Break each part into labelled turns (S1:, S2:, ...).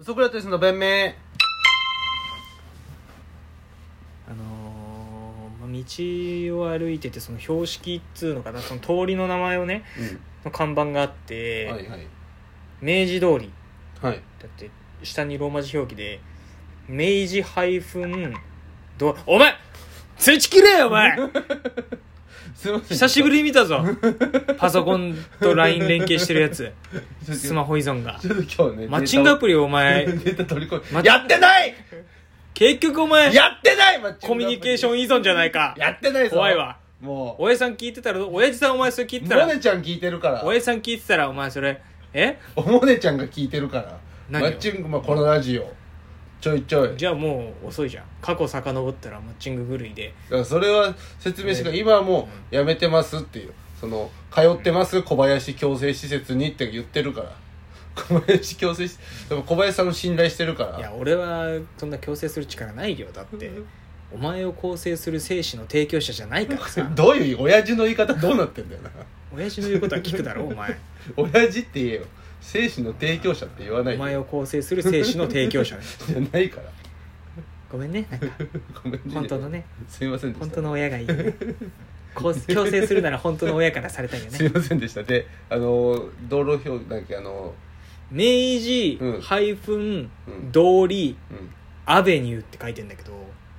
S1: ソクラテスの弁明
S2: あのーまあ道を歩いててその標識っつうのかなその通りの名前をねの看板があって、
S1: はいはい
S2: 明治通り
S1: はい
S2: だって下にローマ字表記で明治ハイフンドお前通知切れよ お前
S1: すいません
S2: 久しぶりに見たぞパソコンと LINE 連携してる やつスマ
S1: ホ
S2: ホ依存が
S1: ちょっと今日ね
S2: マッチングアプリをお
S1: デ
S2: 前
S1: ータ取り込
S2: マ
S1: み
S2: ッチ
S1: やってない
S2: 結局お前
S1: やってないマッチングアプリ
S2: コミュニケーション依存じゃないか
S1: やってないぞ
S2: 怖いわ
S1: もう
S2: 親父さん聞いてたら親父さんお前それ聞いてた
S1: モ
S2: ら
S1: ネちゃん聞いてるから
S2: 親父さん聞いてたらお前それえ
S1: モネちゃんが聞いてるから
S2: 何
S1: マ
S2: を
S1: ッチングまあこのラジオちょいちょいだか
S2: じゃあもう遅いじゃん過去遡ったらマッチング狂いで
S1: らそれは説明しか今はもうやめてますっていうその通ってます小林矯正施設にって言ってるから小林矯正施でも小林さんを信頼してるから
S2: いや俺はそんな強制する力ないよだってお前を構成する精子の提供者じゃないか らさ
S1: どういう親父の言い方どうなってんだよな
S2: 親父の言うことは聞くだろお前
S1: 親父って言えよ精子の提供者って言わない
S2: お
S1: で
S2: 前を構成する精子の提供者
S1: じゃないから
S2: ごめんねなんか
S1: ごめんね
S2: 本当のね
S1: すいませんでした
S2: 本当の親がいい よねこう強制するなら本当の親からされたいよ
S1: すい
S2: ね
S1: ませんでしたであの道路標なんかあの
S2: 明治
S1: うん
S2: ハイフン
S1: うん
S2: 通り
S1: うん
S2: アベニューって書いてんだけど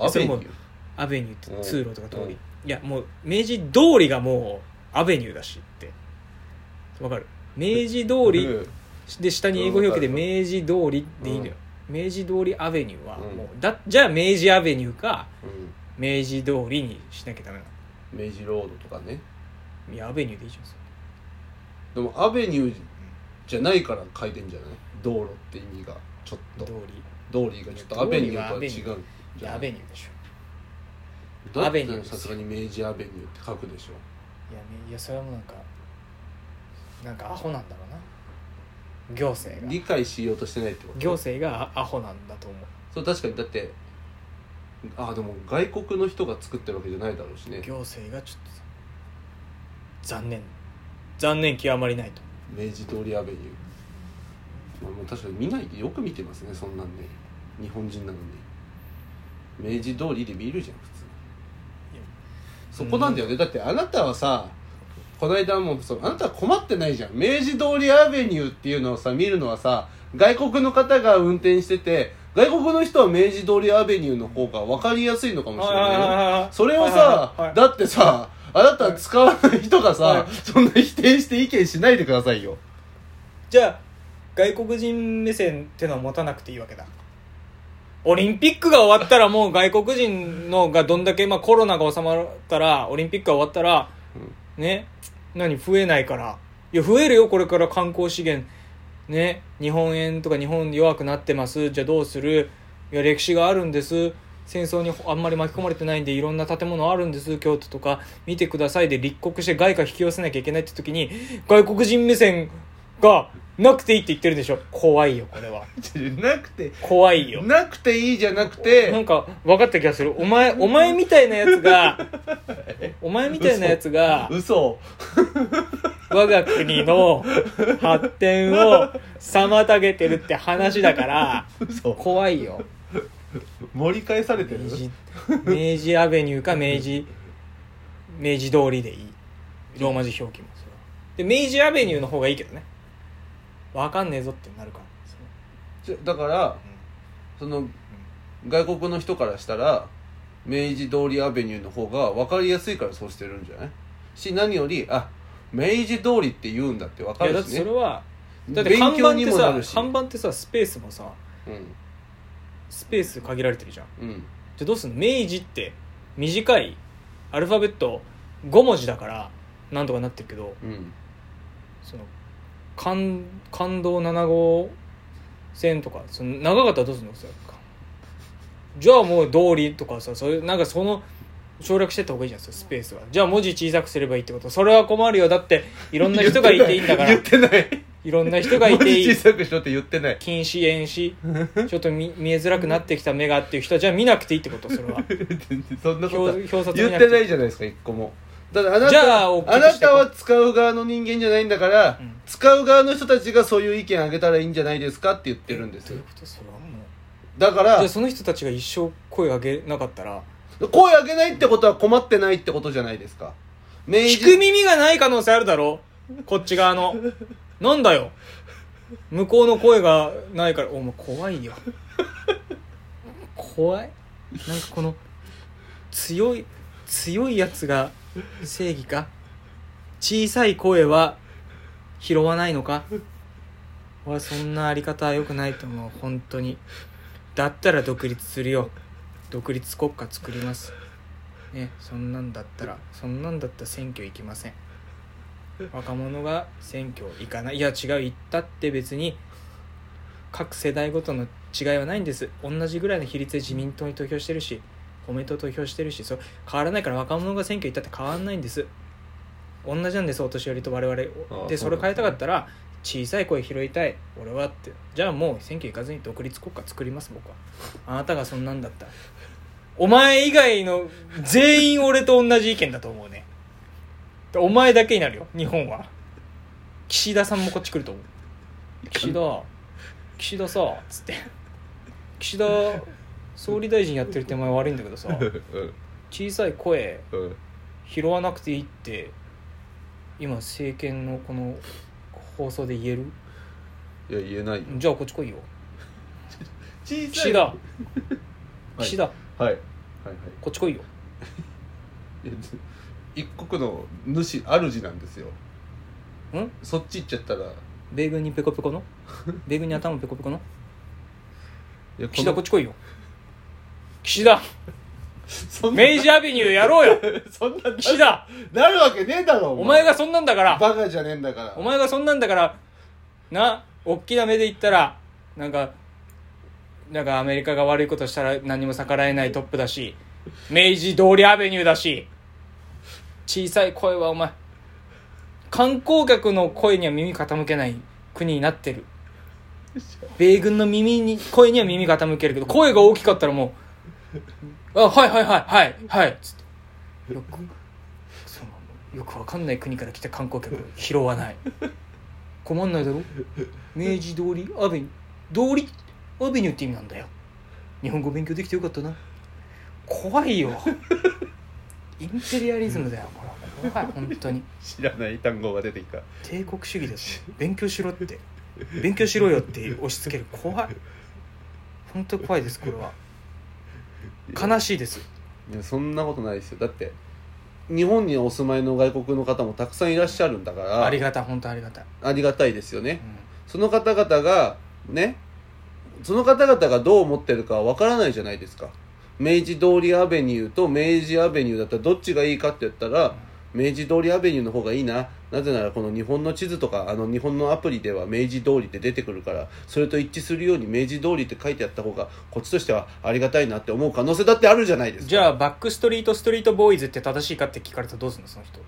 S1: ア
S2: そ
S1: ベ
S2: れ
S1: ニ
S2: も
S1: ュー
S2: アベニューって通路とか通
S1: うん
S2: りいやもう明治通りがもうアベニューだしってわかる明治通り
S1: うん
S2: で下に英語表記で
S1: うん
S2: 明治通りでいいんだよ、明治通りアベニューは
S1: うん
S2: もうだじゃあ明治アベニューか
S1: うん
S2: 明治通りにしなきゃダメなの
S1: 明治ロードとかね
S2: いやアベニューでいいじゃんそれ
S1: でもアベニューじゃないから書いてんじゃない道路って意味がちょっと
S2: 通
S1: 道理がちょっとアベニューとは違う
S2: りい
S1: じ
S2: や
S1: ゃ
S2: ア
S1: あ
S2: ベニューでしょ
S1: どうやっ
S2: アベニュー
S1: てさすがに明治アベニューって書くでしょ
S2: いや,、ね、いやそれはもうなんかなんかアホなんだろうな行政が
S1: 理解しようとしてないってこと
S2: 行政がアアホなんだと思う
S1: そう確かにだってあでも外国の人が作ってるわけじゃないだろうしね
S2: 行政がちょっとさ残念残念極まりないと
S1: 明治通りアベニュー、まあ、もう確かに見ないでよく見てますねそんなんね日本人なのに明治通りで見るじゃん普通
S2: いや
S1: そこなんだよね、だってあなたはさこの間もそうあなたは困ってないじゃん明治通りアベニューっていうのをさ見るのはさ外国の方が運転してて外国の人は明治通りアベニューの方が分かりやすいのかもしれないよそれをさ、
S2: だ
S1: だってさ、あなた使わない人がさ、
S2: は
S1: そんな否定して意見しないでくださいよ。
S2: じゃあ外国人目線ってのは持たなくていいわけだオリンピックが終わったらもう外国人のがどんだけ、まあ、コロナが収まったらオリンピックが終わったら、ね何増えないからいや増えるよこれから観光資源ね日本円とか日本弱くなってますじゃあどうするいや歴史があるんです戦争にあんまり巻き込まれてないんでいろんな建物あるんです京都とか見てくださいで立国して外貨引き寄せなきゃいけないって時に外国人目線がなくていいって言ってるでしょ怖いよこれは
S1: なくて、
S2: 怖いよ
S1: なくていいじゃなく
S2: なん
S1: て、
S2: か分かった気がするお前お前みたいなやつがお前みたいなやつが
S1: 嘘。
S2: 我が国の発展を妨げてるって話だから
S1: 嘘。
S2: 怖いよ
S1: 盛り返されてる
S2: 明治明治アベニューか明治明治通りでいいローマ字表記もそれはで明治アベニューの方がいいけどね分かんねえぞってなるから
S1: ちょだから、その、外国の人からしたら、明治通りアベニューの方が分かりやすいからそうしてるんじゃないし、何より、あ、明治通りって言うんだって分
S2: い
S1: か
S2: やだっ
S1: る
S2: て
S1: し
S2: それ
S1: ね。
S2: はだって看
S1: 勉
S2: 板
S1: 強
S2: っ
S1: に
S2: て
S1: もなる
S2: さ
S1: し。
S2: 看板ってさスペースもさ
S1: うん。
S2: スペース限られてるじゃん
S1: うん。
S2: じゃあどうすんの明治って短いアルファベット5文字だからなんとかなってるけど
S1: うん。
S2: その感感動7号線とかその長かったらどうすんのそれじゃあもう通りとかさそういうなんかその省略してった方がいいじゃんそのスペースはじゃあ文字小さくすればいいってことそれは困るよだっていろんな人がいていいんだから
S1: 言って ない。
S2: いろんな人がい
S1: 文
S2: てい
S1: 字
S2: い
S1: 小さくしろって言ってない。
S2: 近視遠視ちょっと見見えづらくなってきた目がっていう人はじゃあ見なくていいってことそれは
S1: そんなこと
S2: 表表札見
S1: 言
S2: な
S1: っ
S2: く
S1: て
S2: て
S1: ないいじゃないですか一個もだってあな
S2: じゃあ
S1: た
S2: 大きく
S1: あな
S2: してこ
S1: た
S2: う
S1: は使う側の人間じゃないんだから、
S2: うん
S1: 使う側の人たちがそういう意見あげたらいいんじゃないですかって言ってるんです
S2: どうい
S1: よ
S2: うことそれはもう
S1: だか
S2: じ
S1: ら
S2: ゃあその人たちが一生声上げなかったら
S1: 声上げないってことは困ってないってことじゃないですか明
S2: 聞く耳がない可能性あるだろこっち側のなんだよ向こうの声がないからお前怖いよ怖いなんかこの強い強いやつが正義か小さい声は拾わないのか俺はそんなあり方は良くないと思う本当にだったら独立するよ独立国家作りますねそんなんだったらそんなんだったら選挙行きません若者が選挙行かないいや違う行ったって別に各世代ごとの違いはないんです同じぐらいの比率で自民党に投票してるし公明党投票してるしそう変わらないから若者が選挙行ったって変わらないんです同じなんですお年寄りと我
S1: ああ
S2: 々でそ
S1: そうなんですね
S2: れ変えたかったら小さい声拾いたい俺はってじゃあもう選挙行かずに独立国家作ります僕はあなたがそんなんだったらお前以外の全員俺と同じ意見だと思うねお前だけになるよ日本は岸田さんもこっち来ると思う岸田岸田さつって岸田総理大臣やってる手前悪いんだけどさ小さい声拾わなくていいって今政権のこの放送で言える
S1: いや言えないよ
S2: じゃあこっち来いよ
S1: 小さい
S2: 岸
S1: は
S2: 田
S1: い
S2: 岸田、
S1: はいはいはい
S2: こっち来いよ
S1: いや一国の主主なんですよ
S2: ん
S1: そっち行っちゃったらい
S2: 米軍にペコペコの米軍に頭ペコペコの
S1: やこの
S2: 岸田こっち来いよ岸田
S1: そんな
S2: 明治アビニューやろうよ
S1: そんなな
S2: 岸田
S1: なるわけねえだろ
S2: お前がそんなんだから
S1: バカじゃねえんだから
S2: お前がそんなんだからなおっきな目で言ったらなんかなんかアメリカが悪いことしたら何も逆らえないトップだし明治通りアベニューだし小さい声はお前観光客の声には耳傾けない国になってる米軍の耳に声には耳傾けるけど声が大きかったらもう「あはいはいはいはいはい」つってよくそのよくわかんない国から来た観光客拾わない困んないだろ明治通りアベニ通りアベニューって意味なんだよ日本語勉強できてよかったな怖いよインテリアリズムだよこれは怖い本当に
S1: 知らない単語が出てきた
S2: 帝国主義です勉強しろって勉強しろよって押し付ける怖い本当怖いですこれは悲しいです
S1: いやそんなことないですよだって日本にお住まいの外国の方もたくさんいらっしゃるんだから
S2: ありがたい本当ありがたい、
S1: ありがたいですよね
S2: う
S1: その方々がねその方々がどう思ってるかはわからないじゃないですか明治通りアベニューと明治アベニューだったらどっちがいいかって言ったら明治通りアベニューの方がいいななぜならこの日本の地図とかあの日本のアプリでは明治通りって出てくるからそれと一致するように明治通りって書いてあった方がこっちとしてはありがたいなって思う可能性だってあるじゃないです
S2: ん
S1: か
S2: じゃあバックストリートストリートボーイズって正しいかって聞かれたらどうするのその人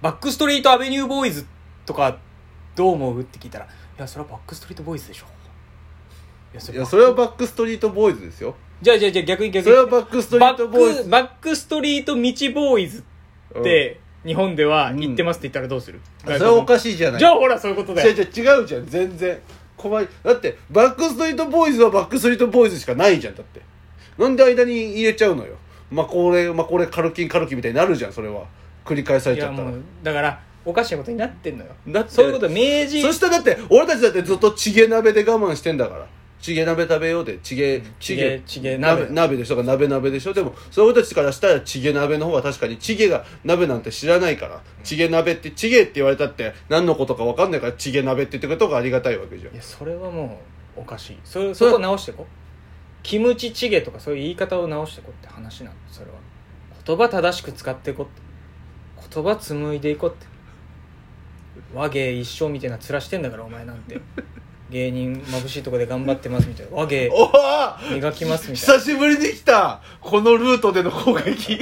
S2: バックストリートアベニューボーイズとかどう思うって聞いたらいやそれはバックストリートボーイズでしょいやそ
S1: いやそれは
S2: バック
S1: バックストリートボーイズですよ
S2: じゃあじゃあじゃあ逆に逆に
S1: それはバックストリートボーイ
S2: バッ
S1: ズ
S2: クバックストリート道ボーイズ
S1: うん
S2: って日本では言ってますって言ったらどうする、
S1: それはおかしいじゃない
S2: じゃあほらそういうことだ
S1: 違う違
S2: よ
S1: う違うじゃん全然怖いだってバックストリートボーイズはバックストリートボーイズしかないじゃんだってなんで間に入れちゃうのよまあこれまあこれカルキンカルキンみたいになるじゃんそれは繰り返され
S2: い
S1: ちゃ
S2: や
S1: ったら
S2: もうだからおかしいことになってんのよ
S1: だって
S2: そういうこと明治
S1: そしたらだって俺たちだってずっとチゲ鍋で我慢してんだからチゲ鍋食べようでチゲ
S2: チゲチゲ鍋
S1: 鍋鍋でしょか鍋鍋でしょでもそういう俺たちからしたらチゲ鍋の方が確かにチゲが鍋なんて知らないからチゲ鍋ってチゲって言われたって何のことか分かんないからチゲ鍋って言ってくれた方がありがたいわけじゃん
S2: いやそれはもうおかしいそれ
S1: それ
S2: そこ直してこキムチチゲとかそういう言い方を直してこって話なのそれは言葉正しく使っていこうって言葉紡いでいこうって和芸一生みたいな面してんだからお前なんて芸人眩しいとこで頑張ってますみたいな和芸
S1: おお
S2: 磨きますみたいな
S1: 久しぶりに来たこのルートでの攻撃
S2: い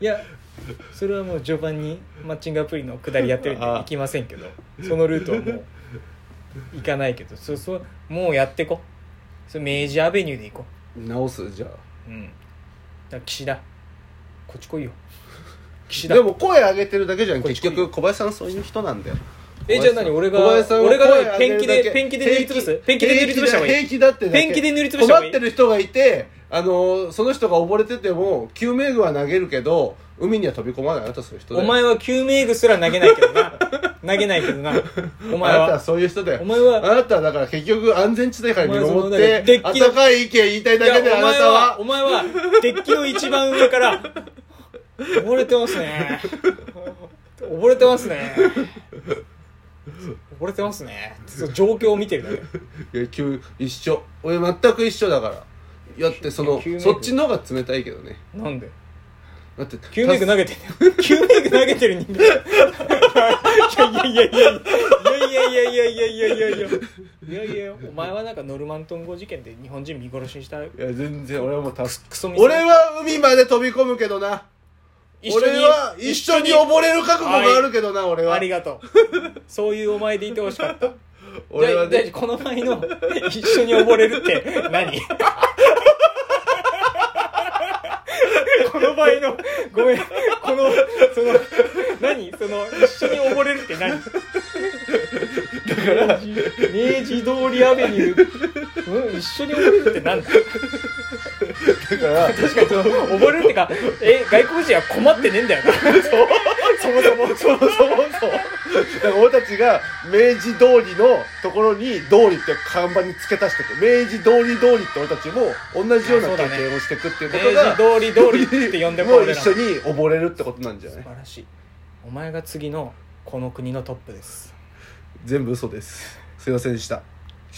S2: やそれはもう序盤にマッチングアプリの下りやってるんで
S1: ああ
S2: 行きませんけどそのルートはもう行かないけどそそもうやってこそれ明治アベニューで行こ
S1: 直すじゃあ
S2: ううんだから岸田こっち来いよ岸田
S1: でも声上げてるだけじゃん
S2: これ
S1: 結局小林さんはそういう人なんだよ
S2: えじゃあ何俺が
S1: 小林さんは
S2: 俺が
S1: 声上げ
S2: ペンキ
S1: るだけ
S2: でペンキで塗りつぶすペンキで塗りつぶした方がい
S1: 平
S2: い
S1: 気だってだけ
S2: ペンキで塗りつぶした方がいい
S1: 困ってる人がいてあのその人が溺れてても救命具は投げるけど海には飛び込まないあなたそういう人だ
S2: お
S1: よ
S2: 前は救命具すら投げないけ どな投げないけどなお前
S1: あなたは
S2: は
S1: そういう人だよ
S2: お前は
S1: あなたはだから結局安全地帯から見守っ
S2: お前はそのデ
S1: て
S2: ッキの
S1: 温かい意見言いたい
S2: いや
S1: だけであ
S2: お
S1: な
S2: 前
S1: たは
S2: はお前はデッキの一番上から溺れてますね溺れてますね溺れてますねそう状況を見てるだけ
S1: いや急一緒俺全く一緒だからやってその
S2: 救命具
S1: そっちの方が冷たいけどね
S2: なんで
S1: だって
S2: 救命具投げてる救命具投げてる人間いやいやいやいやいやいやいやいやいやいやいやいやいやいやお前はなんかノルマントン号事件で日本人見殺しにした
S1: いや全然俺はもう助
S2: クソみたい
S1: 俺は海まで飛び込むけどな
S2: 一緒に
S1: 俺は一緒に溺れる覚悟があるけどな俺は
S2: ありがとうそういうお前でいてほしかった
S1: 俺は
S2: じゃあじ
S1: ね
S2: ゃあこの前の 一緒に溺れるって何 この場合のごめんこのその何その一緒に溺れるって何だから明治明治通りアベニュー、うん、一緒に溺れるって何だ
S1: だから
S2: 確かにその溺れるってかえ外国人は困ってねえんだよなそうそもそもそもそもそう
S1: だから俺たちが明治通りのところに通りって看板に付け足してく明治通り通りって俺たちも同じような経験をしていくっていうこ
S2: 明
S1: とが、
S2: 治通り通りって呼んで
S1: もう
S2: 俺
S1: 一緒
S2: ら
S1: に溺れるってことなんじゃな
S2: 素
S1: い
S2: 晴らしいお前が次のこの国のトップです
S1: 全部嘘ですすいませんでした